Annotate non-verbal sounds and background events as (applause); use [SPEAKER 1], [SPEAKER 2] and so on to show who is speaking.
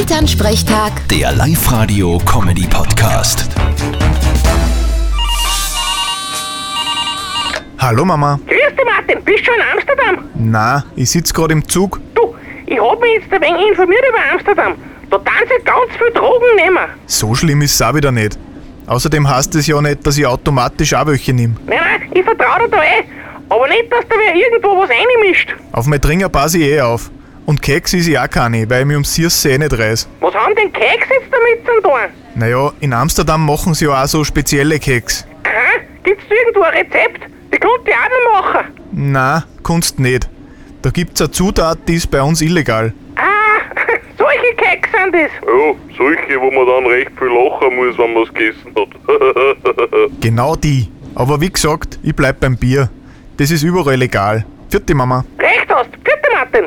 [SPEAKER 1] Elternsprechtag,
[SPEAKER 2] Der Live-Radio-Comedy-Podcast.
[SPEAKER 3] Hallo Mama.
[SPEAKER 4] Grüß dich, Martin. Bist schon in Amsterdam?
[SPEAKER 3] Na, ich sitz gerade im Zug.
[SPEAKER 4] Du, ich hab mich jetzt ein wenig informiert über Amsterdam. Da tun sie ganz viel Drogen nehmen.
[SPEAKER 3] So schlimm ist es auch wieder nicht. Außerdem heißt es ja nicht, dass ich automatisch auch welche nehme.
[SPEAKER 4] Nein, nein, ich vertraue dir da eh. Aber nicht, dass da wer irgendwo was reinmischt.
[SPEAKER 3] Auf mein Dringer passe ich eh auf. Und Keks ist ich auch keine, weil ich mich ums Sirse eh nicht reiß.
[SPEAKER 4] Was haben denn Keks jetzt damit zu tun?
[SPEAKER 3] Naja, in Amsterdam machen sie ja auch so spezielle Keks.
[SPEAKER 4] Aha, gibt's da irgendwo ein Rezept? Die könnte ich auch noch machen.
[SPEAKER 3] Na, Kunst nicht. Da gibt's eine Zutat, die ist bei uns illegal.
[SPEAKER 4] Ah, (laughs) solche Keks sind das.
[SPEAKER 5] Ja, solche, wo man dann recht viel lachen muss, wenn man es gegessen hat. (laughs)
[SPEAKER 3] Genau die. Aber wie gesagt, ich bleib beim Bier. Das ist überall legal. Vierte Mama.
[SPEAKER 4] Recht hast. Bitte, Martin.